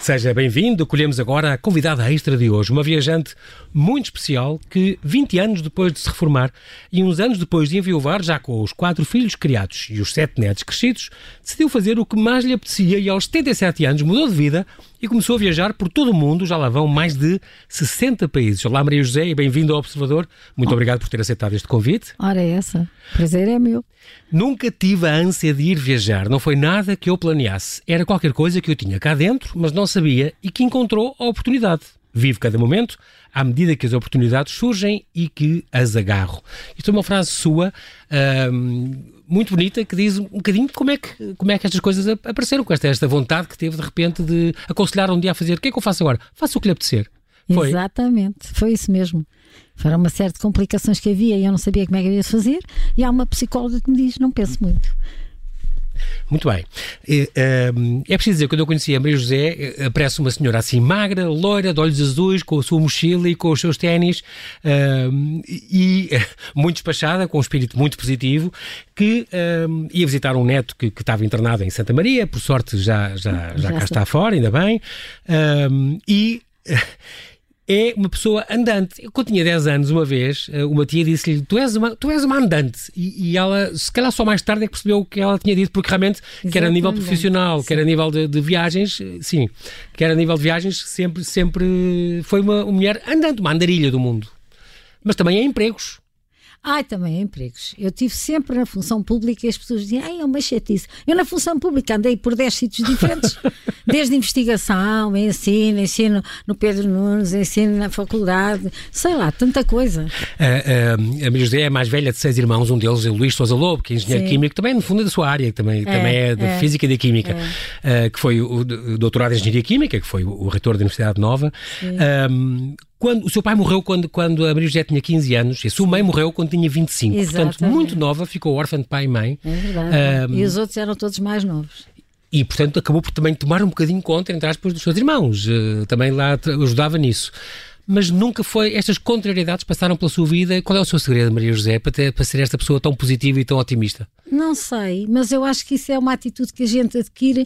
Seja bem-vindo. Colhemos agora a convidada extra de hoje, uma viajante muito especial que, 20 anos depois de se reformar e uns anos depois de enviuvar, já com os quatro filhos criados e os sete netos crescidos, decidiu fazer o que mais lhe apetecia e, aos 77 anos, mudou de vida e começou a viajar por todo o mundo. Já lá vão mais de 60 países. Olá, Maria José, e bem-vindo ao Observador. Muito obrigado por ter aceitado este convite. Ora, é essa. Prazer é meu. Nunca tive a ânsia de ir viajar, não foi nada que eu planeasse. Era qualquer coisa que eu tinha cá dentro, mas não sabia e que encontrou a oportunidade. Vivo cada momento à medida que as oportunidades surgem e que as agarro. Isto é uma frase sua hum, muito bonita que diz um bocadinho como é que, como é que estas coisas ap- apareceram, com esta, esta vontade que teve de repente de aconselhar um dia a fazer. O que é que eu faço agora? Faço o que lhe apetecer. Foi. Exatamente. Foi isso mesmo. Foram uma série de complicações que havia e eu não sabia como é que havia de fazer. E há uma psicóloga que me diz: não pense muito. Muito bem. E, hum, É preciso dizer, quando eu conheci a Maria José, eh, aparece uma senhora assim magra, loira, de olhos azuis, com a sua mochila e com os seus ténis, hum, e eh, muito despachada, com um espírito muito positivo, que hum, ia visitar um neto que, que estava internado em Santa Maria, por sorte já, já, já, Já cá está. está fora, ainda bem, Hum, e... é uma pessoa andante. Eu, Quando tinha 10 anos, uma vez, eh, uma tia disse-lhe: tu és uma, tu és uma andante. E, e ela, se calhar só mais tarde, é que percebeu o que ela tinha dito, porque realmente, quer a nível Exatamente. profissional, quer a nível de, de viagens, eh, sim, quer a nível de viagens, sempre, sempre foi uma, uma mulher andante, uma andarilha do mundo. Mas também é empregos. Ai, também há empregos. Eu tive sempre na função pública e as pessoas diziam, ai, é uma chatice. Eu na função pública andei por 10 sítios diferentes, desde investigação, ensino, ensino no Pedro Nunes, ensino na faculdade, sei lá, tanta coisa. A, a, a Maria José é a mais velha de seis irmãos, um deles é o Luís Sousa Lobo, que é engenheiro Sim. químico, também no fundo é da sua área, que também é, também é da é. física e da química, eh, que foi o o doutorado em engenharia química, que foi o, o reitor da Universidade Nova. Ahm, quando, o seu pai morreu quando, quando a Maria José tinha 15 anos e a sua mãe morreu quando tinha 25. Portanto, Exatamente. muito nova, ficou órfã de pai e mãe. É verdade. Ahm, E os outros eram todos mais novos. e, portanto, acabou por também tomar um bocadinho conta, entre aspas, dos seus irmãos. Eh, também lá tra- ajudava nisso. Mas nunca foi. Estas contrariedades passaram pela sua vida. Qual é o seu segredo, Maria José, para, ter- para ser esta pessoa tão positiva e tão otimista? Não sei, mas eu acho que isso é uma atitude que a gente adquire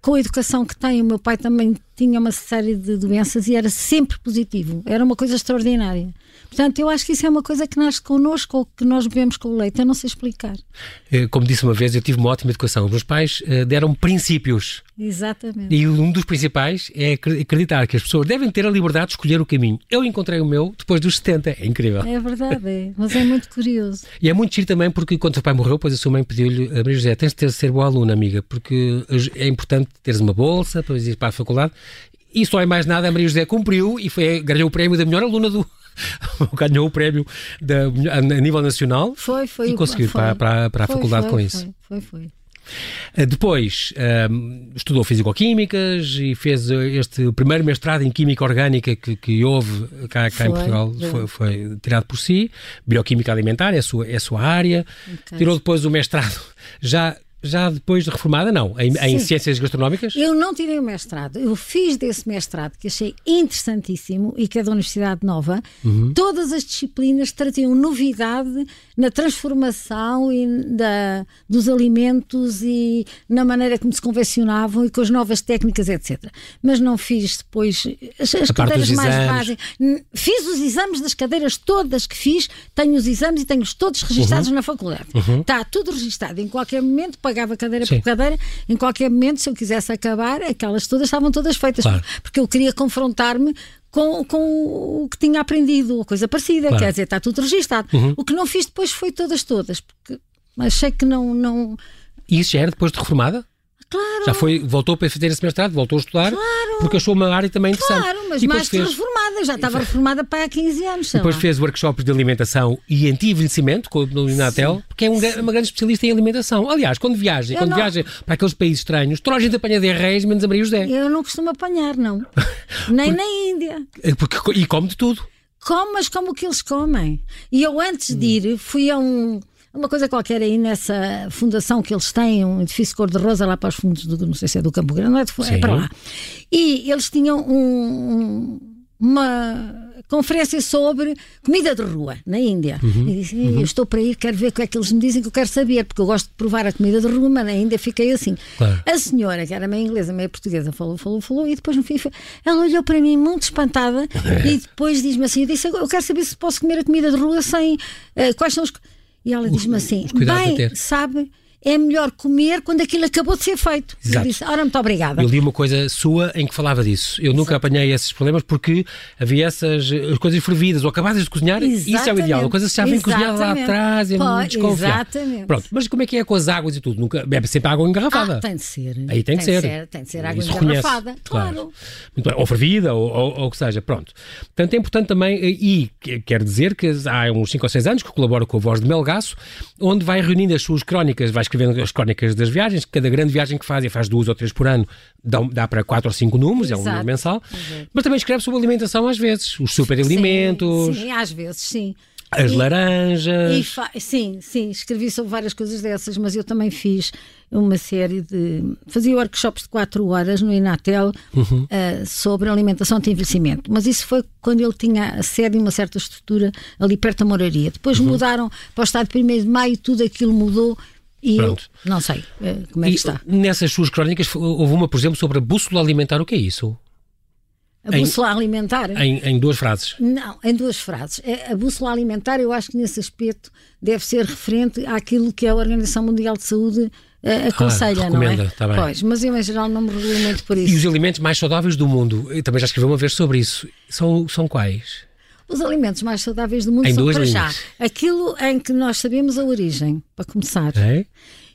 com a educação que tem. O meu pai também tinha uma série de doenças e era sempre positivo, era uma coisa extraordinária. Portanto, eu acho que isso é uma coisa que nasce connosco ou que nós bebemos com o leite, eu não sei explicar. Eh, como disse uma vez, eu tive uma ótima educação. Os meus pais eh, deram princípios. Exatamente. E um dos principais é acre- acreditar que as pessoas devem ter a liberdade de escolher o caminho. Eu encontrei o meu depois dos 70. É incrível. É verdade, é. mas é muito curioso. E é muito giro também porque quando o seu pai morreu, depois a sua mãe pediu-lhe, a Maria José, tens de ter de ser boa aluna, amiga, porque é importante teres uma bolsa para ir para a faculdade. E só é mais nada, a Maria José cumpriu e foi, ganhou o prémio da melhor aluna do. ganhou o prémio da, a nível nacional. Foi, foi. E o- conseguiu ir foi. para- para- para a Foi, faculdade foi, com isso. Foi, foi. foi. Eh, Depois ahm, estudou Fisicoquímicas e fez eh, este primeiro mestrado em Química Orgânica que, que houve cá, cá em Foi, Portugal, foi. foi, foi tirado por si. Bioquímica Alimentar é a sua, é a sua área. Ok. Tirou depois o mestrado, já, já depois de reformada, não, em, em Sim. Ciências Gastronómicas. Eu não tirei o mestrado, eu fiz desse mestrado que achei interessantíssimo e que é da Universidade Nova. Uhum. Todas as disciplinas traziam novidade na transformação e da- dos alimentos e na maneira como se convencionavam e com as novas técnicas, etc. Mas não fiz depois as, as A parte dos cadeiras mais exames. básicas. N- Fiz os exames das cadeiras todas que fiz, tenho os exames e tenho-os todos registados Uhum. na faculdade. Está tudo registado. Em qualquer momento pagava cadeira Sim. por cadeira, em qualquer momento, se eu quisesse acabar, aquelas todas estavam todas feitas. Claro. Porque eu queria confrontar-me. Com, com o que tinha aprendido, ou coisa parecida, Claro. Uhum. quer dizer, está tudo registado. O que não fiz depois foi todas, todas, porque achei que não. não... E isso já era depois de reformada? Claro, Já foi, voltou para fazer esse mestrado, voltou a estudar, porque achou uma área também interessante. claro, mas e depois mais que fez, reformada, eu já estava reformada para há 15 anos. sei depois lá. fez workshops de alimentação e anti-envelhecimento com o Natel, porque é um gra- uma grande especialista em alimentação. Aliás, quando viaja, Eu quando não- viaja para aqueles países estranhos, toda a gente apanha diarreias, menos a Maria José. Eu não costumo apanhar, não. Nem na Índia. Eh, Porque, co- e come de tudo. Como, mas como que eles comem. E eu, antes de ir, fui a um- uma coisa qualquer aí nessa fundação que eles têm, um edifício cor-de-rosa lá para os fundos do, não sei se é do Campo Grande, não é, de, é Sim. para lá. E eles tinham um- um- uma conferência sobre comida de rua na Índia. Uhum. E disse: "Ei, Eu estou para ir, quero ver o que é que eles me dizem, que eu quero saber, porque eu gosto de provar a comida de rua, mas na Índia fiquei assim. Claro. A senhora, que era meio inglesa, meio portuguesa, falou, falou, falou, e depois no fim foi- ela olhou para mim muito espantada e depois diz-me assim: Eu disse, eu quero saber se posso comer a comida de rua sem. eh, quais são os. E ela diz-me assim: os cuidados a Bem, ter." sabe, é melhor comer quando aquilo acabou de ser feito. E Eu Exato. disse: Ora, muito obrigada. Eu li uma coisa sua em que falava disso. Eu nunca apanhei esses problemas porque havia essas eh, coisas fervidas ou acabadas de cozinhar. Isso é o Exatamente. ideal. A coisa se já vem cozinhada lá Exatamente. atrás e Pois, desconfiar. exatamente. Pronto, mas como é que é com as águas e tudo? Nunca, bebe sempre água engarrafada. Ah, tem de ser. Aí tem, que ser. Tem de ser água Isso reconhece, engarrafada. Claro. Muito bem. Ou fervida, ou, ou, ou o que seja. Pronto. Portanto, é importante também, eh, e que- quero dizer que há uns 5 ou 6 anos que colaboro com a Voz de Melgaço, onde vai reunindo as suas crónicas, vai escrevendo as crónicas das viagens, cada grande viagem que faz, e faz duas ou três por ano, dá, um- dá para 4 ou 5 números, é um Exato. número mensal, mas também escreve sobre alimentação às vezes, os superalimentos, Sim, sim, às vezes, sim. as E- laranjas... E fa- Sim, sim, escrevi sobre várias coisas dessas, mas eu também fiz uma série de. Fazia workshops de 4 horas no Inatel Uhum. ah, sobre alimentação de envelhecimento. Mas isso foi quando ele tinha a sede e uma certa estrutura ali perto da moraria. Depois Uhum. mudaram para o estado de 1 de maio, tudo aquilo mudou e eu Pronto. não sei ah, como é que E está. nessas suas crónicas houve uma, por exemplo, sobre a bússola alimentar. O que é isso? A em- bússola alimentar. eh? Em, em duas frases. Não, em duas frases. É, A- A bússola alimentar, eu acho que nesse aspecto deve ser referente àquilo que a Organização Mundial de Saúde eh, aconselha, não é? Ah, recomenda, tá bem. Pois, mas eu em geral não me regulo muito por E isso. os alimentos mais saudáveis do mundo? Eu também já escrevi uma vez sobre isso. São, são quais? Os alimentos mais saudáveis do mundo Em são duas para linhas. já aquilo em que nós sabemos a origem, para começar. É?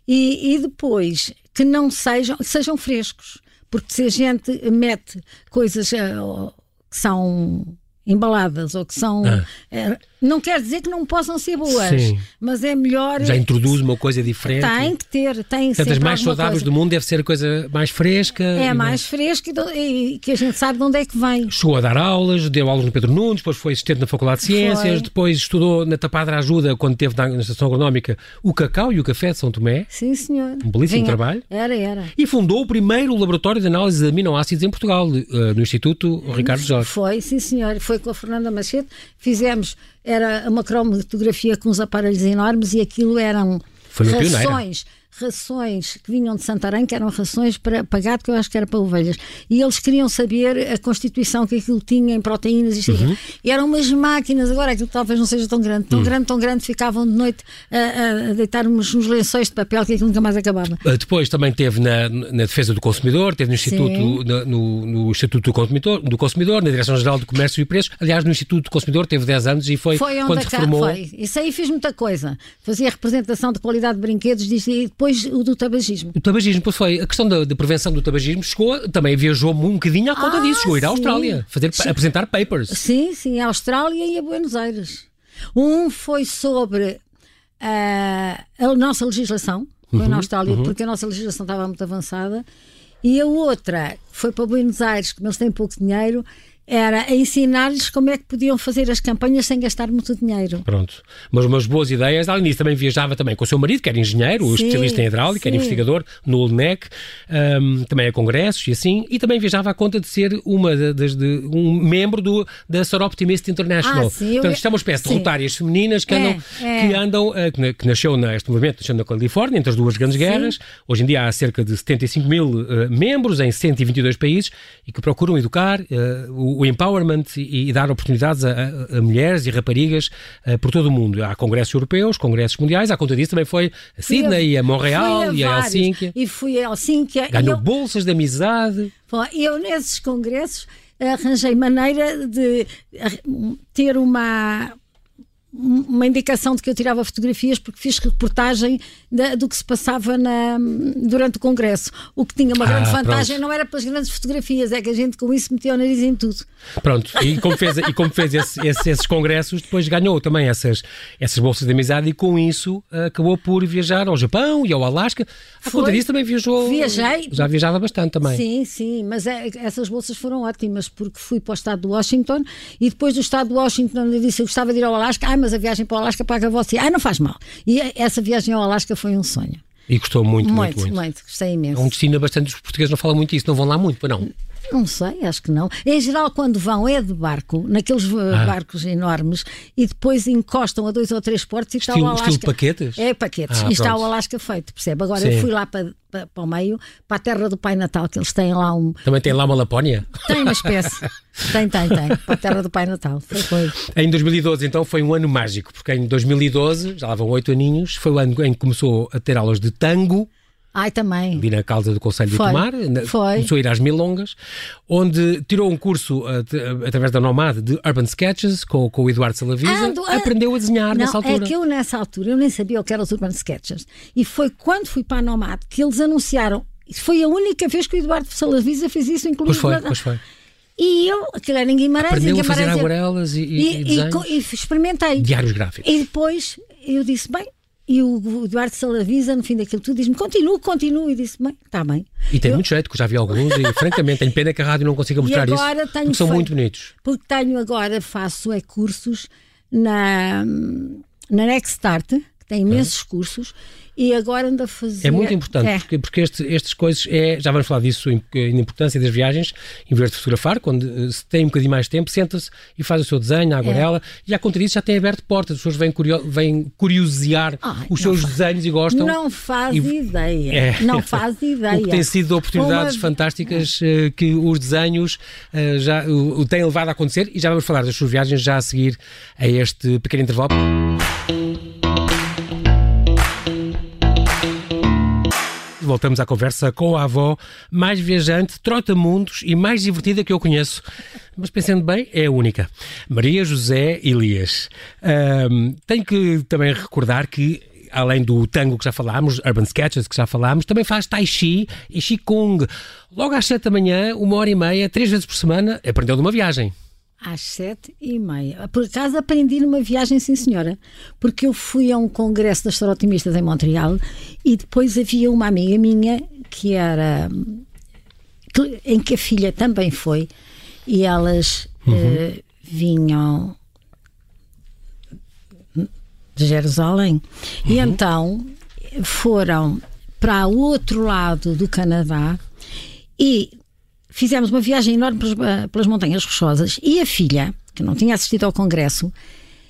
E, e depois que não sejam, que sejam frescos, porque se a gente mete coisas eh, ó, que são embaladas ou que são. Ah. eh, não quer dizer que não possam ser boas, Sim. mas é melhor. Já introduz uma coisa diferente. Tem que ter, tem Portanto, sempre as mais alguma saudáveis coisa. do mundo deve ser a coisa mais fresca. É e mais fresco e, do- e que a gente sabe de onde é que vem. Chegou a dar aulas, deu aulas no Pedro Nunes, depois foi assistente na Faculdade de Ciências, Foi. depois estudou na Tapadra Ajuda, quando teve na, na Estação Agronómica, o cacau e o café de São Tomé, Sim, senhor. Um belíssimo trabalho. Era, era. e fundou o primeiro laboratório de análise de aminoácidos em Portugal, eh, no Instituto Ricardo Jorge. Foi, sim, senhor. Foi com a Fernanda Machete. Fizemos, era uma cromatografia com uns aparelhos enormes e aquilo eram Foi uma pioneira. rações. Rações que vinham de Santarém, que eram rações para, para gato, que eu acho que era para ovelhas. E eles queriam saber a constituição que aquilo tinha em proteínas e Uhum. isto. E eram umas máquinas, agora aquilo talvez não seja tão grande, Hum. tão grande, tão grande, ficavam de noite a, a- a deitar uns, uns lençóis de papel que aquilo nunca mais acabava. Uh, Depois também teve na, na defesa do consumidor, teve no Instituto, Sim. na- no, no Instituto do Consumidor, do Consumidor, na Direção-Geral do Comércio e Preços. Aliás, no Instituto do Consumidor teve 10 anos e foi, Foi onde quando a ca- reformou. foi. Isso aí fiz muita coisa. Fazia representação de qualidade de brinquedos diz- e depois o do tabagismo. O tabagismo, pois foi. A questão da, da prevenção do tabagismo chegou, também viajou um bocadinho à conta Ah, disso. Chegou a ir à sim. Austrália, fazer, Sim. apresentar papers. Sim, sim, a Austrália e a Buenos Aires. Um foi sobre ah, a nossa legislação, foi Uhum, na Austrália, porque a nossa legislação estava muito avançada, e a outra foi para Buenos Aires, como eles têm pouco dinheiro, era a ensinar-lhes como é que podiam fazer as campanhas sem gastar muito dinheiro. Pronto. Mas umas boas ideias. Além disso, também viajava também com o seu marido, que era engenheiro, Sim, especialista em hidráulica, era sim. investigador no ULNEC, hum, também a congressos e assim, e também viajava à conta de ser uma da- das de- um membro do, da Soroptimist International. Ah, sim, eu- Portanto, isto é uma espécie de sim. rotárias femininas que É, andam, é. Que, andam eh, que, na- que nasceu na, este movimento nasceu na Califórnia, entre as duas grandes guerras. Hoje em dia há cerca de 75 mil eh, membros em 122 países e que procuram educar eh, o, o empowerment e, e dar oportunidades a, a- a mulheres e raparigas eh, por todo o mundo. Há congressos europeus, congressos mundiais, à conta disso também foi a Sydney, a Montreal Fui e a vários. Helsínquia. E fui a Helsínquia. e Ganhou eu- bolsas de amizade. Bom, eu nesses congressos arranjei maneira de ar- ter uma uma indicação de que eu tirava fotografias porque fiz reportagem da- do que se passava na- durante o congresso. O que tinha uma Ah, grande vantagem pronto. não era pelas grandes fotografias, é que a gente com isso metia o nariz em tudo. Pronto, e como fez, e como fez esse- esse- esses congressos, depois ganhou também essas, essas bolsas de amizade e com isso ah, acabou por viajar ao Japão e ao Alasca. À Foi. conta disso também viajou. Viajei. Já viajava bastante também. Sim, sim, mas é- essas bolsas foram ótimas porque fui para o estado de Washington e depois do estado de Washington eu disse eu gostava de ir ao Alasca, ai, mas a viagem para o Alasca paga você, ai, não faz mal. E essa viagem ao Alasca foi um sonho. E gostou muito, muito, muito. muito, muito, gostei É imenso. um destino bastante. Os portugueses não falam muito isso, não vão lá muito, pois não. Não sei, acho que não. Em geral, quando vão é de barco, naqueles eh, Ah. barcos enormes, e depois encostam a dois ou três portos e está o Estilo- Alasca. estilo paquetes? É, paquetes. Ah, e está pronto. o Alasca feito, percebe? Agora Sim. eu fui lá para, para, para o meio, para a terra do Pai Natal, que eles têm lá um. Também tem lá uma Lapónia. Tem uma espécie. tem, tem, tem. Para a terra do Pai Natal. Foi, foi. Em 2012, então, foi um ano mágico, porque em 2012, já lá vão oito aninhos, foi o ano em que começou a ter aulas de tango, Ai, também. vi na calda do Conselho de Foi, Tomar, na- foi. começou a ir às Milongas, onde tirou um curso ah, de- através da Nomad de Urban Sketches com, com o Eduardo Salavisa, Ah, do- ah, aprendeu a desenhar Não, nessa altura. é que eu nessa altura eu nem sabia o que eram os Urban Sketchers. E foi quando fui para a Nomad que eles anunciaram. Foi a única vez que o Eduardo Salavisa fez isso, Pois inclusive. foi, pois foi. E eu, aquilo era em Guimarães, Aprendeu em a fazer Guimarães eu- aguarelas e, e, e, e e desenhos, co- e experimentei. diários gráficos. E depois eu disse, bem, e o Eduardo Salavisa, no fim daquilo tudo, diz-me, continuo, continuo. E disse, bem, está bem. E tem muito jeito, que eu já vi alguns e francamente tenho pena que a rádio não consiga mostrar isso. agora tenho porque são feito- muito bonitos. Porque tenho agora, faço é cursos na, na Nextart, que tem imensos cursos, e agora ando a fazer... É muito importante, É. porque, porque este- estas coisas, é, já vamos falar disso, em- eh, na importância das viagens, em vez de fotografar, quando eh, se tem um bocadinho mais tempo, senta-se e faz o seu desenho, a É. aguarela, e à conta disso já tem aberto portas, as pessoas vêm, curio- vêm curiosear Ai, os Ah, não seus desenhos e gostam. Não faz E- ideia. É. Não faz ideia. O que tem sido oportunidades Uma- fantásticas eh, que os desenhos eh, já o, o têm levado a acontecer e já vamos falar das suas viagens já a seguir a este pequeno intervalo. Voltamos à conversa com a avó mais viajante, trota-mundos e mais divertida que eu conheço. Mas pensando bem, é a única. Maria José Elias. Ahm, tenho que também recordar que, além do tango que já falámos, Urban Sketches que já falámos, também faz Tai Chi e Qi Kung. Logo às 7 da manhã, uma hora e meia, três vezes por semana, aprendeu de uma viagem. Às sete e meia. Por acaso aprendi numa viagem, sim senhora, porque eu fui a um congresso das Sorotimistas em Montreal e depois havia uma amiga minha que era. que- em que a filha também foi e elas eh, vinham de Jerusalém e então foram para o outro lado do Canadá e fizemos uma viagem enorme pelas, eh, pelas Montanhas Rochosas e a filha, que não tinha assistido ao congresso,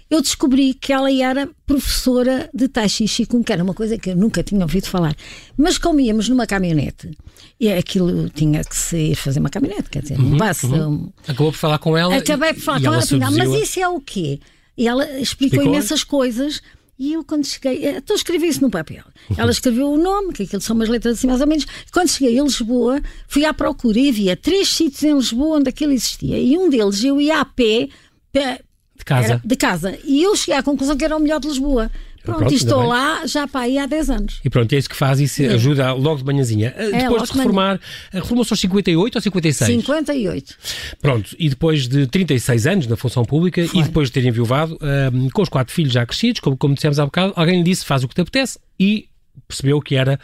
eu descobri que ela era professora de Tai Chi Chi Kung, que era uma coisa que eu nunca tinha ouvido falar. Mas como íamos numa caminhonete, e aquilo tinha que se ir fazer uma caminhonete, quer dizer, um bus, um- Acabou por falar com ela. Acabei por falar e com ela, ela afinal, seduziu-a. mas isso é o quê? E ela explicou, Explicou? imensas coisas. E eu, quando cheguei, eh, então escrevi isso no papel. Ela escreveu o nome, que aquilo são umas letras assim mais ou menos. Quando cheguei a Lisboa, fui à procura e havia três sítios em Lisboa onde aquilo existia. E um deles eu ia a pé, pé- De casa. era de casa. E eu cheguei à conclusão que era o melhor de Lisboa. Pronto, Pronto, e ainda estou bem. lá já para aí há 10 anos. E pronto, é isso que faz, isso ajuda logo de manhãzinha. Eh, É, logo depois de de se reformar, eh, reformou-se aos 58 ou 56? 58. Pronto, e depois de 36 anos na função pública e depois de terem viuvado, ahm, com os quatro filhos já crescidos, como, como dissemos há bocado, alguém lhe disse faz o que te apetece e percebeu que era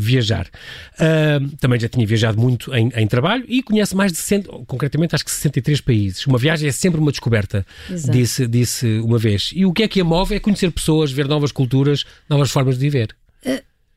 viajar. Ahm, também já tinha viajado muito em, em trabalho e conhece mais de 100, concretamente acho que 63 países. Uma viagem é sempre uma descoberta, Exato. disse, disse uma vez. E o que é que a move é conhecer pessoas, ver novas culturas, novas formas de viver.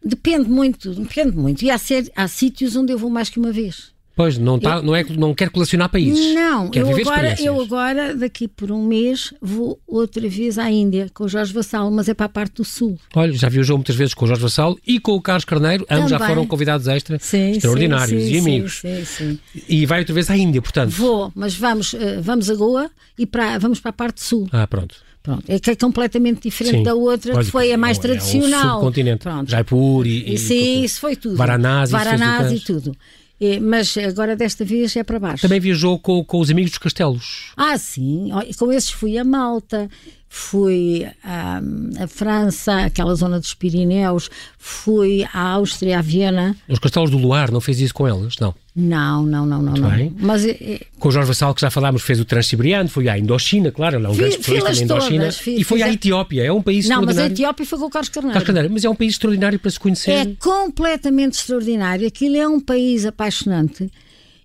Depende muito, depende muito. E há, ser, há sítios onde eu vou mais que uma vez. Pois, não, tá, não, é, não quer colecionar países. Não, quer eu viver agora, experiências. eu agora, daqui por um mês, vou outra vez à Índia com o Jorge Vassal, mas é para a parte do Sul. Olha, já viajou muitas vezes com o Jorge Vassal e com o Carlos Carneiro, ambos já Também. foram convidados extra, extraordinários e amigos. Sim, sim, E vai outra vez à Índia, portanto. Vou, mas vamos, eh, vamos a Goa e para, vamos para a parte do Sul. Ah, pronto. Pronto, é que é completamente diferente Sim. da outra, Olha, que foi a mais é um tradicional. subcontinente. é Pronto. Jaipur e. e sim, tudo. isso foi tudo. Varanasi, isso fez Varanasi e tudo. tudo. Eh, Mas agora desta vez é para baixo. Também viajou com, com os amigos dos castelos. Ah, sim, Ó, e com esses fui a Malta, fui à, à França, aquela zona dos Pirineus, fui à Áustria, à Viena. Os castelos do Luar, não fez isso com eles? Não. Não, não, não, não, bem. não. Mas eh, Com o Jorge Vassal, que já falámos, fez o Transiberiano, foi à Indochina, claro, ele é um Fi- grande especialista filas na Indochina. todas, fi- e foi à fiz- Etiópia, é um país não, mas a extraordinário. Etiópia foi com o Carlos Carneiro. Carlos Carneiro, mas é um país extraordinário para se conhecer. É completamente extraordinário. Aquilo é um país apaixonante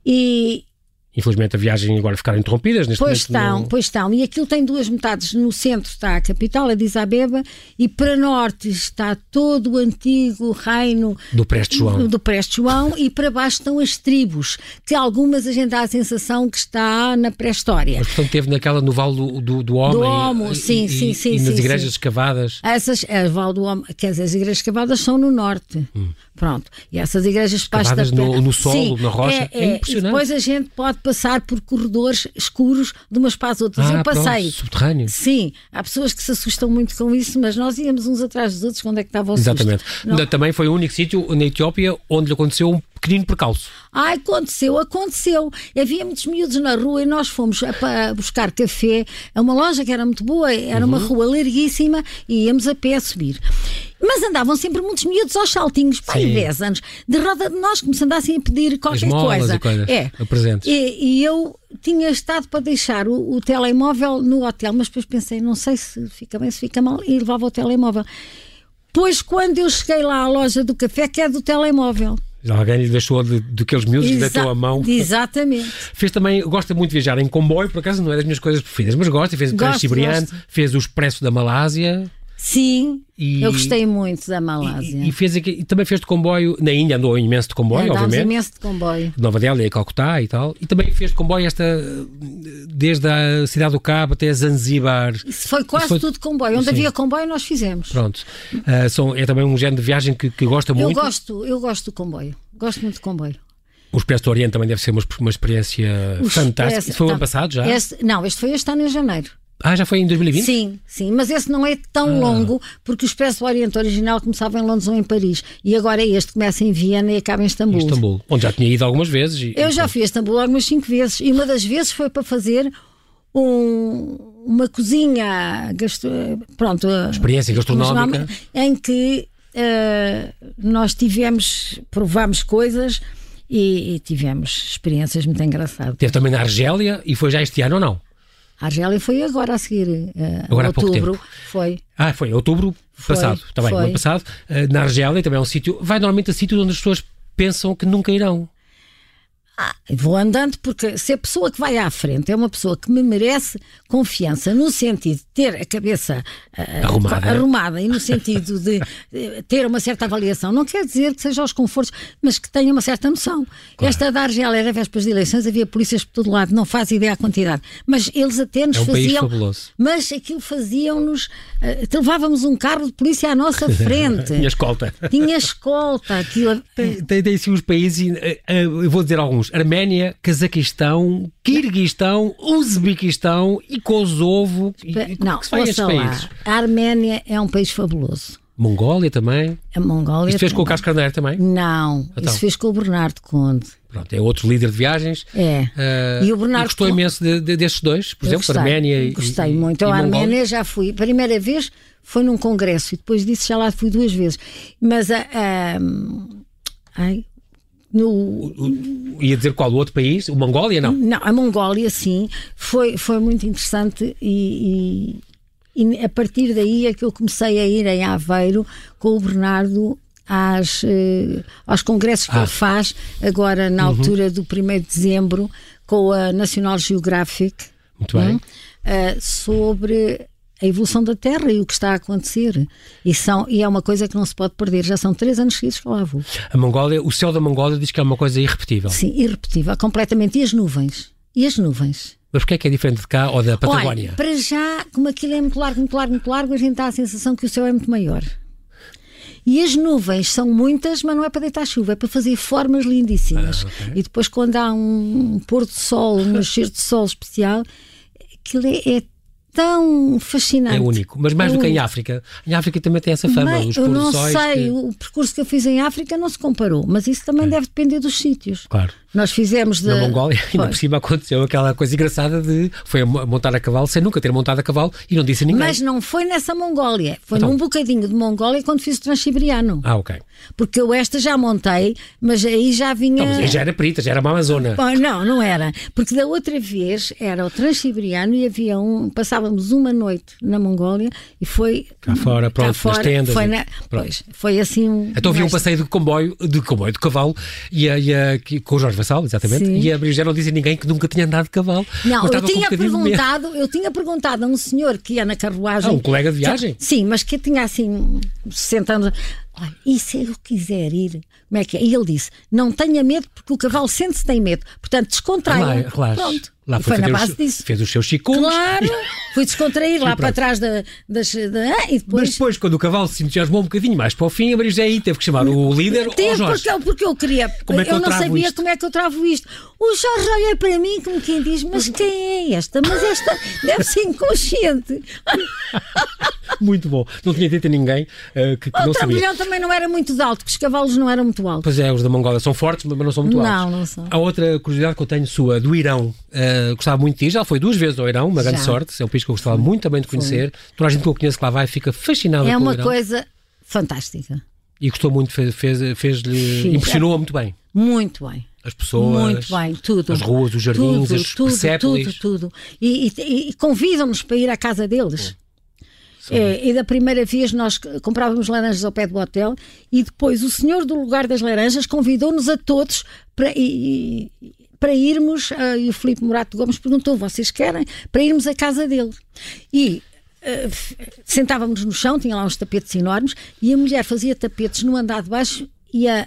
e, Infelizmente a viagem agora ficaram interrompidas neste Pois momento. não- estão, pois estão. E aquilo tem duas metades. No centro está a capital, Addis Abeba, e para norte está todo o antigo reino Do Preste João. do Preste João e para baixo estão as tribos, que algumas a gente dá a sensação que está na pré-história. Mas portanto teve naquela no Vale do, do, do Homem. Homo, e- sim, e- sim, e sim, nas sim, igrejas sim. escavadas. Essas, as Val do Homem, quer dizer, as igrejas cavadas são no norte. Pronto. E essas igrejas debaixo Escavadas da Hum. no- pedra- no solo, Sim, na rocha. É É, impressionante. E depois a gente pode passar por corredores escuros de umas para as outras. ah, Eu passei. Pronto, subterrâneo. Sim, há pessoas que se assustam muito com isso, mas nós íamos uns atrás dos outros, quando é que estava o susto? Exatamente. Não. Ainda Também foi o único sítio na Etiópia onde lhe aconteceu um pequenino percalço. Ai, aconteceu, aconteceu. Havia muitos miúdos na rua e nós fomos a, pa- buscar café a uma loja que era muito boa, era uma Uhum. rua larguíssima e íamos a pé a subir. Mas andavam sempre muitos miúdos aos saltinhos, pai, Sim. 10 anos, de roda de nós, que me andassem a pedir qualquer Esmolas coisa. e coisas, É. a presentes. E, e eu tinha estado para deixar o, o telemóvel no hotel, mas depois pensei, não sei se fica bem, se fica mal, e levava o telemóvel. Pois quando eu cheguei lá à loja do café, que é do telemóvel. Alguém lhe deixou de, de aqueles miúdos, lhe deitou Exa- a mão. Exatamente. Fez também, gosta muito de viajar em comboio, por acaso não é das minhas coisas preferidas, mas gosta. Fez o Gosto, Transiberiano, gosto. fez o Expresso da Malásia Sim, E- eu gostei muito da Malásia. e, e fez aqui- e também fez de comboio. Na Índia andou imenso de comboio, Andámos obviamente. imenso de comboio. de Nova Delhi, a Calcutá e tal. E também fez de comboio esta desde a Cidade do Cabo até Zanzibar. Isso foi quase Isso foi- tudo comboio. Onde Sim. havia comboio, nós fizemos. Pronto. Ah, são, é também um género de viagem que, que gosta Eu muito. gosto, eu gosto do comboio. Gosto muito de comboio. O Expresso do Oriente também deve ser uma, uma experiência Os- fantástica. esse- Isso foi o não, ano passado já? Este, não, este foi este ano em janeiro. Ah, já foi em 2020? Sim, sim, mas esse não é tão Ah. longo porque o Expresso do Oriente original começava em Londres ou em Paris e agora é este começa em Viena e acaba em Istambul. Em Istambul, onde já tinha ido algumas vezes. e- Eu já fui a Istambul algumas cinco vezes e uma das vezes foi para fazer um- uma cozinha gastro, pronto, eh, Experiência gastronómica. em que eh, nós tivemos, provámos coisas e, e tivemos experiências muito engraçadas. Teve também na Argélia e foi já este ano ou não? A Argélia foi agora a seguir, eh, Agora há pouco outubro, foi. Ah, foi em outubro passado. Está bem, foi. ano passado. Ah, na Argélia também é um sítio. Vai normalmente a sítios onde as pessoas pensam que nunca irão. Vou andando porque se a pessoa que vai à frente é uma pessoa que me merece confiança, no sentido de ter a cabeça eh, Arrumada. va- arrumada e no sentido de eh, ter uma certa avaliação, não quer dizer que seja aos confortos, mas que tenha uma certa noção. Esta da Argélia era vésperas de eleições, havia polícias por todo lado, não faz ideia a quantidade, mas eles até nos É um país faziam. fabuloso. mas aquilo faziam-nos. eh, levávamos um carro de polícia à nossa frente. Minha escolta. Tinha escolta, aquilo. Tem, tem, tem sim os países, eh, eh, eu vou dizer alguns: Arménia, Cazaquistão, Quirguistão, Uzbequistão e Kosovo. E, e como não, é que se vai a estes ouça lá. países? A Arménia é um país fabuloso. Mongólia também. A Mongólia. Isto fez com o também. Carlos Carneiro também. Hum. Não, Então. isso fez com o Bernardo Conde. Pronto, é outro líder de viagens. É. Eh, E o Bernardo Gostou Col- imenso de- de- destes dois, por Eu exemplo, gostei, Arménia e. Gostei e- muito. e A Mongólia. Arménia já fui. A primeira vez foi num congresso e depois disso já lá fui duas vezes. Mas a. a- ai, no, O- Ia dizer qual o outro país? O Mongólia, não. não, a Mongólia, sim, foi, foi muito interessante e, e- e a partir daí é que eu comecei a ir em Aveiro com o Bernardo às, eh, aos congressos que Ah. Uhum. ele faz, agora na altura do 1 de dezembro, com a National Geographic, Muito bem. hum, eh, sobre a evolução da Terra e o que está a acontecer. E, são, e é uma coisa que não se pode perder, já são três anos seguidos que eu lá vou. A Mongólia, o céu da Mongólia diz que é uma coisa irrepetível. Sim, irrepetível, completamente. E as nuvens? E as nuvens? Mas porquê é que é diferente de cá ou da Olha, Patagónia? para já, como aquilo é muito largo, muito largo, muito largo, a gente dá a sensação que o céu é muito maior. E as nuvens são muitas, mas não é para deitar chuva, é para fazer formas lindíssimas. Ah, E depois, quando há um pôr do sol, um nascer de sol especial, aquilo é, é tão fascinante. é único. Mas mais É do que em único. África. Em África também tem essa fama. Bem, os eu não pôr-do-sóis sei, que- o percurso que eu fiz em África não se comparou, mas isso também deve depender dos sítios. Claro. Nós fizemos de. Na Mongólia, ainda Pois. por cima aconteceu aquela coisa engraçada de foi a mo- montar a cavalo sem nunca ter montado a cavalo e não disse a ninguém. Mas não foi nessa Mongólia, foi Então. num bocadinho de Mongólia quando fiz o Transiberiano. Ah, ok. Porque eu esta já montei, mas aí já Não, vinha. Então, mas aí já era perita, já era uma Amazona. É. Bom, não, não era. Porque da outra vez era o Transiberiano e havia um. Passávamos uma noite na Mongólia e foi. Cá fora, pronto, nas tendas Foi, e- na- pronto. Pois, foi assim um. Então havia um mais- passeio de comboio, de comboio de cavalo e, a- e a- que- com o Jorge Universal, exatamente. Sim. E a Brigera não disse a ninguém que nunca tinha andado de cavalo. Mas Não, eu estava com um tinha bocadinho de medo. perguntado, eu tinha perguntado a um senhor que ia na carruagem. Ah, um colega de viagem? Que- sim, mas que tinha assim 60 anos. Olha, e se eu quiser ir? Como é que é? E ele disse: não tenha medo, porque o cavalo sente-se tem medo. Portanto, descontraia. Claro, claro. Pronto. Lá E foi, foi na fazer os- base disso. Fez os seus chicuns. Claro, fui descontrair lá para pronto. trás da, das. da- ah, e Mas depois. depois, quando o cavalo se entusiasmou um bocadinho mais para o fim, a Brigera aí teve que chamar o líder Teve, ou Oh, Jorge. porque, eu- porque eu queria. Como é que eu eu não travo sabia isto? como é que eu travo isto. O Jorge olha para mim como quem diz: Mas quem é esta? Mas esta deve ser inconsciente. Muito bom. Não tinha dito a ninguém eh, que, que O não sabia. trambolhão também não era muito de alto, porque os cavalos não eram muito altos. Pois é, os da Mongólia são fortes, mas não são muito Não, altos. não são. Há outra curiosidade que eu tenho sua, do Irão. Eh, gostava muito de ir. Já foi duas vezes ao Irão, uma grande Já. sorte. É um país que eu gostava muito também de conhecer. Toda a gente que eu conheço que lá vai fica fascinada É com o uma Irão. coisa fantástica. E gostou muito, fez, fez, fez-lhe. Sim. Impressionou-a muito bem. Muito bem. As pessoas. Muito bem, tudo. As ruas, os jardins, tudo, as tudo, tudo, persépolis. tudo. E, e- e convidam-nos para ir à casa deles. É, e da primeira vez nós comprávamos laranjas ao pé do hotel e depois o senhor do lugar das laranjas convidou-nos a todos para, e- e- para irmos, ah, e o Filipe Morato Gomes perguntou, vocês querem? Para irmos à casa dele. E ah, f- sentávamos no chão, tinha lá uns tapetes enormes, e a mulher fazia tapetes no andar de baixo e a,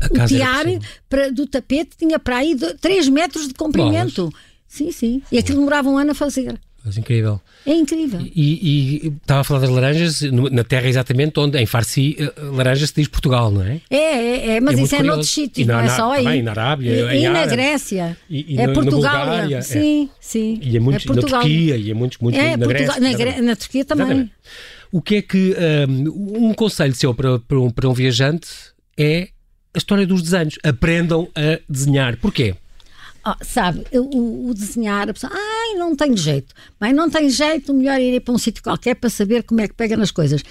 A o casa era tiar possível. para- do tapete tinha para aí 3 metros de comprimento. Sim, sim. E aquilo demorava um ano a fazer. Mas incrível. É incrível. E, e estava a falar das laranjas, no- na terra exatamente onde, em Farsi, eh, laranjas se diz Portugal, não é? É, é, é, mas É muito isso é curioso. noutros sítios, E na- não é na- só aí. também na Arábia, E- em e, na árabe. Grécia. E- e é na- na Portugal. Bulgária, é. sim, sim. E é muitos, é Portugal. na Turquia, e é muitos, muitos é, na Portugal, Grécia. na, Gre- na Turquia também. Exatamente. O que é que um, um conselho seu para, para, um, para um viajante é a história dos desenhos. Aprendam a desenhar. Porquê? Ah, sabe, eu- o, o desenhar, a pessoa, ai, não tenho jeito. Mas não tem jeito, o melhor é ir para um sítio qualquer para saber como é que pega nas coisas.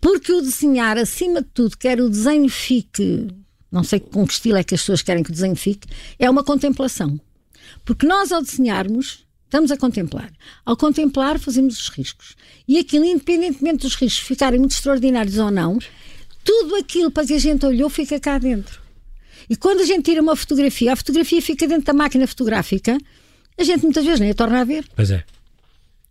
Porque o desenhar, acima de tudo, quer o desenho fique, não sei com que estilo é que as pessoas querem que o desenho fique, é uma contemplação. Porque nós, ao desenharmos, estamos a contemplar. Ao contemplar, fazemos os riscos. E aquilo, independentemente dos riscos ficarem muito extraordinários ou não, tudo aquilo para que a gente olhou fica cá dentro. E quando a gente tira uma fotografia, a fotografia fica dentro da máquina fotográfica, a gente muitas vezes nem a torna a ver. Pois é.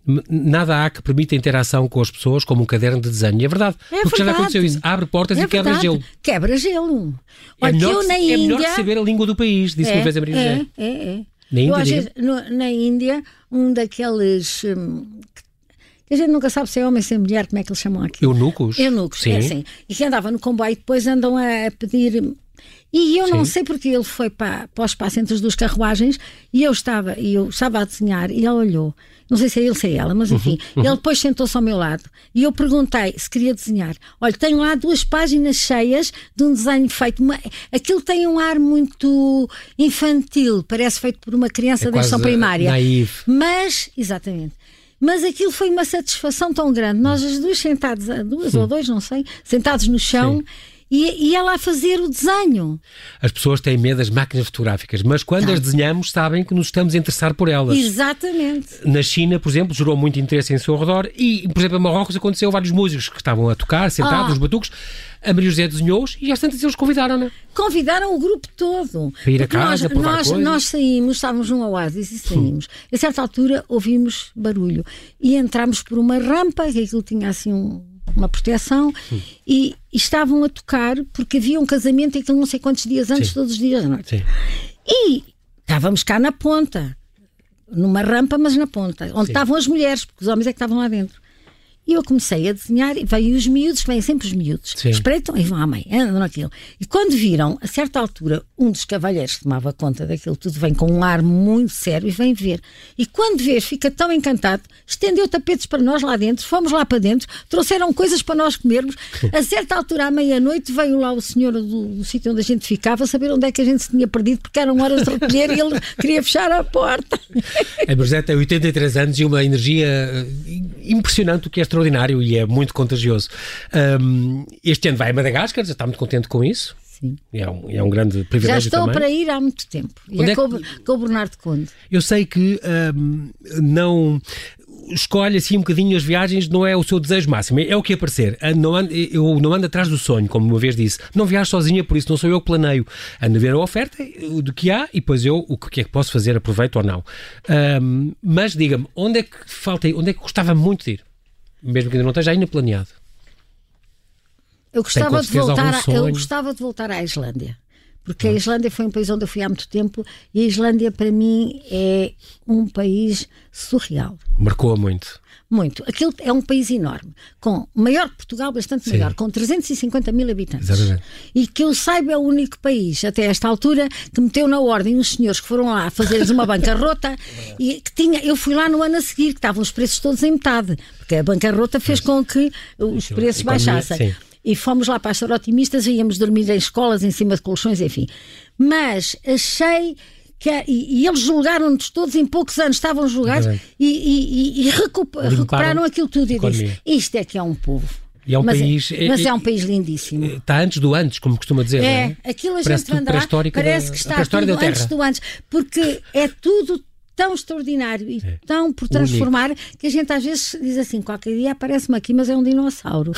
M- Nada há que permita a interação com as pessoas como um caderno de desenho. E é verdade. É porque já lhe verdade. aconteceu isso. Abre portas É e quebra verdade. gelo. Quebra gelo. É Olha, que melhor, eu na é melhor Índia. saber a língua do país, disse uma vez a Maria José. é, é, é. Na Eu, Índia, às diga. vezes, no- na Índia, um daqueles. hum, que a gente nunca sabe se é homem, se é mulher, como é que eles chamam aqui? Eunucos? Eunucos, Sim. é assim. E que andava no comboio e depois andam a a pedir. E eu não Sim. sei porque ele foi para, para o espaço entre as duas carruagens e eu estava, e eu estava a desenhar e ele olhou. Não sei se é ele, se é ela, mas Uhum, enfim. Ele depois sentou-se ao meu lado e eu perguntei se queria desenhar. Olha, tenho lá duas páginas cheias de um desenho feito. Uma, aquilo tem um ar muito infantil, parece feito por uma criança É da educação quase, eh, primária. naive. Mas, exatamente. Mas aquilo foi uma satisfação tão grande. Nós as duas sentadas, ah, duas ou dois, não sei, sentados no chão e, e ela a fazer o desenho. As pessoas têm medo das máquinas fotográficas, mas quando Tá. as desenhamos sabem que nos estamos a interessar por elas. Exatamente. Na China, por exemplo, gerou muito interesse em seu redor e, por exemplo, em Marrocos aconteceu vários músicos que estavam a tocar, sentados, Ah. os batucos. A Maria José desenhou-os e às tantas eles é? convidaram-na. Convidaram o grupo todo. Para ir a Porque casa, nós, provar nós, coisas. nós saímos, estávamos num oásis e saímos. A certa altura ouvimos barulho e entramos por uma rampa, que aquilo tinha assim um- uma proteção, e, e estavam a tocar porque havia um casamento e aquilo não sei quantos dias antes, Sim. todos os dias à noite. Sim. E estávamos cá na ponta, numa rampa, mas na ponta, onde estavam as mulheres, porque os homens é que estavam lá dentro. E eu comecei a desenhar, e veio os miúdos, vêm sempre os miúdos, Sim. espreitam e vão à mãe, andam naquilo. E quando viram, a certa altura, um dos cavalheiros que tomava conta daquilo tudo vem com um ar muito sério e vem ver. E quando vê, fica tão encantado, estendeu tapetes para nós lá dentro, fomos lá para dentro, trouxeram coisas para nós comermos. A certa altura, à meia-noite, veio lá o senhor do, do sítio onde a gente ficava saber onde é que a gente se tinha perdido, porque eram horas de recolher e ele queria fechar a porta. A Maria José tem 83 anos e uma energia eh, impressionante, o que é extraordinário e é muito contagioso. Ahm, este ano vai a Madagascar, já está muito contente com isso. Sim. É um, é um grande Já privilégio estou também. para ir há muito tempo. E Onde é, é que- com, o- com o Bernardo Conde. Eu sei que ahm, hum, não. escolhe assim um bocadinho as viagens, não é o seu desejo máximo, é o que aparecer. Ando- Não ando, eu não ando atrás do sonho, como uma vez disse. Não viajo sozinha, por isso não sou eu que planeio. Ando a ver a oferta o do que há e depois eu o que é que posso fazer, aproveito ou não. Ahm, mas diga-me, onde é que falta, ir? onde é que gostava muito de ir? Mesmo que ainda não esteja ainda planeado. Eu gostava, com de certeza voltar algum a- eu sonho. Hum. gostava de voltar à Islândia. Porque a Islândia foi um país onde eu fui há muito tempo e a Islândia, para mim, é um país surreal. Marcou muito. Muito. Aquilo é um país enorme, com maior que Portugal, bastante maior, com 350 mil habitantes. Exatamente. E que eu saiba é o único país, até esta altura, que meteu na ordem uns senhores que foram lá fazer uma bancarrota e que tinha. Eu fui lá no ano a seguir, que estavam os preços todos em metade, porque a bancarrota fez com que os Isso, preços a economia, baixassem. sim. E fomos lá para as Tarotimistas, íamos dormir em escolas, em cima de colchões, enfim. Mas achei que. E, e eles julgaram-nos todos em poucos anos, estavam julgados Exatamente. e, e- e- e recu- Limparam recuperaram aquilo tudo e economia. disse: Isto é que é um povo. E é um mas país- É, mas e- é um país lindíssimo. Está antes do antes, como costuma dizer. não É, aquilo a Parece gente tudo anda lá, pré-histórica da- parece a que está pré-história tudo da Terra. antes do antes, porque é tudo tão extraordinário e É. tão por transformar que a gente às vezes diz assim, qualquer dia aparece-me aqui, mas é um dinossauro.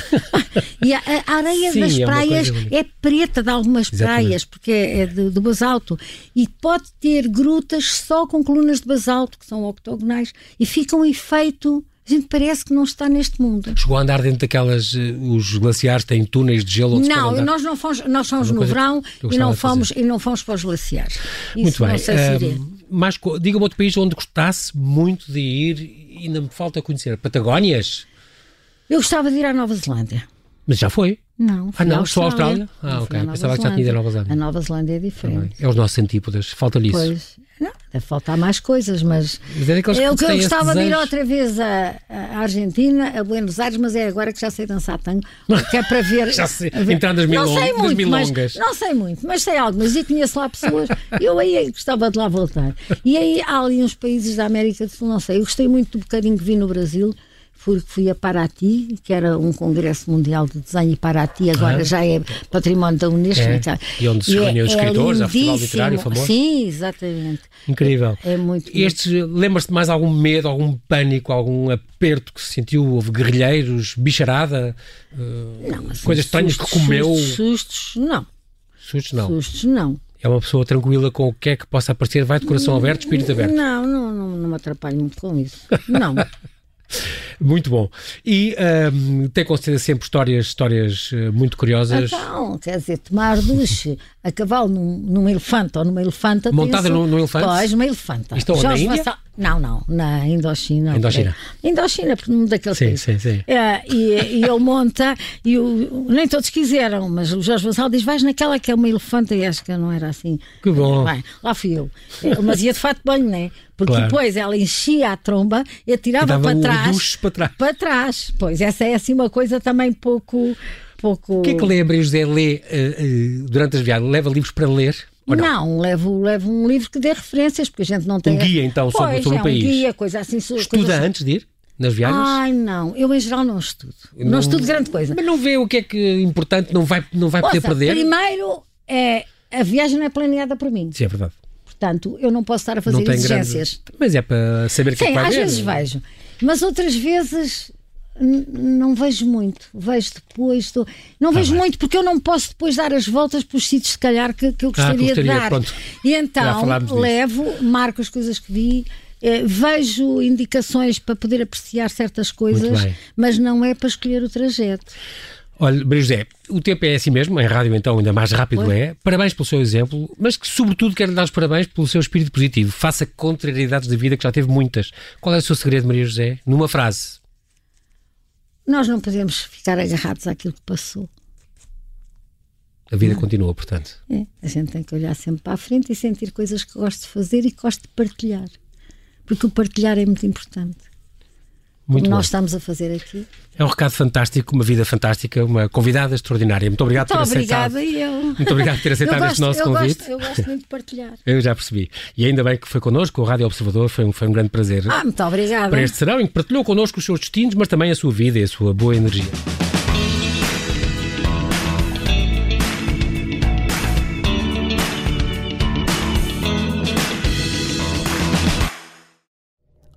e a, a areia Sim, das é uma coisa praias única. é preta de algumas Exatamente. praias, porque é é do, do basalto, e pode ter grutas só com colunas de basalto, que são octogonais, e fica um efeito, a gente parece que não está neste mundo. Chegou a andar dentro daquelas. eh, Os glaciares têm túneis de gelo onde se pode Não, andar. nós não fomos, nós fomos Uma no coisa que verão eu e gostava não, de fazer. fomos, e não fomos para os glaciares. Isso Muito bem. ehm, não sei se iria. Ahm, mas co- diga-me outro país onde gostasse muito de ir e ainda me falta conhecer. Patagónias? Eu gostava de ir à Nova Zelândia. Mas já foi. Não, fui não, à só à Austrália? Ah, Não, fui ok, à Nova pensava que já tinha ido à Nova Zelândia. A Nova Zelândia é diferente. É os nossos antípodas. Falta-lhe isso. Pois, não, deve faltar mais coisas, mas. Mas é daqueles Eu, que eu têm esse gostava de ir desejo. outra vez à, à Argentina, a Buenos Aires, mas é agora que já sei dançar tango, que é para ver. Já sei, a ver- entrar nas não sei milongas- nas muito, milongas. Mas, não sei muito, mas sei algumas e conheço lá pessoas. eu aí é gostava de lá voltar. E aí há ali uns países da América do Sul, não sei. Eu gostei muito do bocadinho que vi no Brasil. Porque fui a Paraty, que era um congresso mundial de desenho, e Paraty agora Ah. já é património da Unesco. É. tá? E onde se reúnem os escritores, há festival literário lindíssimo. famoso. Sim, exatamente. Incrível. É muito Estes, eh, lembra-se de mais algum medo, algum pânico, algum aperto que se sentiu? Houve guerrilheiros, bicharada, eh, Assim, coisas estranhas que sustos, comeu? Sustos, sustos, não. Sustos não. Sustos, não. É uma pessoa tranquila com o que é que possa aparecer, vai de coração aberto, espírito aberto. Não, não, não, não me atrapalho muito com isso. Não. Muito bom. E ahm, tem com certeza sempre histórias, histórias eh, muito curiosas. então, quer dizer, tomar duche a cavalo num, num elefante ou numa elefanta. tem Montada esse- num- num elefante? Pois, uma elefanta. Isto é onde, na Jorge Índia? Vassal- Não, não, na Indochina. Indochina. creio. Indochina, por um daqueles Sim, países. sim, sim. É, e, e ele monta, e o- nem todos quiseram, mas o Jorge Vassal diz: vais naquela que é uma elefanta, e acho que não era assim. Que bom. Bem, lá fui eu. É, Mas ia de fato de banho, não é? Porque Claro. depois ela enchia a tromba e atirava Dava para o trás. duche para trás. Para trás. Pois, essa é assim uma coisa também pouco. pouco... O que é que lembra e o José lê eh, eh, durante as viagens? Leva livros para ler? Ou não? Não, levo, levo um livro que dê referências, porque a gente não tem. guia, então, sobre- Pois, sobre o é país. Um guia, coisa assim. so- Estuda coisa assim. antes de ir? Nas viagens? Ai, não, eu em geral não estudo. Não, estudo grande coisa. Mas não vê o que é que é importante, não vai, não vai poder Ouça, perder? Primeiro, é, a viagem não é planeada por mim. Sim, é verdade. Portanto, eu não posso estar a fazer não tem exigências. grandes... Mas é para saber o que é que Sim, vai às ver. vezes vejo. Mas outras vezes n- não vejo muito. Vejo depois. estou- Não Tá vejo muito porque eu não posso depois dar as voltas para os sítios, se calhar, que, que eu Ah, que gostaria, gostaria, de dar. pronto. E Já então falámos disso. levo, marco as coisas que vi. eh, vejo indicações para poder apreciar certas coisas, bem. mas não é para escolher o trajeto. Olha, Maria José, o tempo é assim mesmo, em rádio então ainda mais rápido é. Parabéns pelo seu exemplo, mas que sobretudo quero lhe dar os parabéns pelo seu espírito positivo. Faça contrariedades da vida que já teve muitas. Qual é o seu segredo, Maria José? Numa frase. Nós não podemos ficar agarrados àquilo que passou. A vida Hum. continua, portanto. É, a gente tem que olhar sempre para a frente e sentir coisas que gosto de fazer e que gosto de partilhar. Porque o partilhar é muito importante. Muito Como bom. nós estamos a fazer aqui. É um recado fantástico, uma vida fantástica, uma convidada extraordinária. Muito obrigado Muito por aceitar. obrigada e eu. Muito obrigado por ter aceitado Eu este nosso eu convite. Gosto, eu gosto muito de partilhar. Eu já percebi. E ainda bem que foi connosco, o Rádio Observador foi um, foi um grande prazer. Ah, muito obrigada. para este serão em que partilhou connosco os seus destinos, mas também a sua vida e a sua boa energia.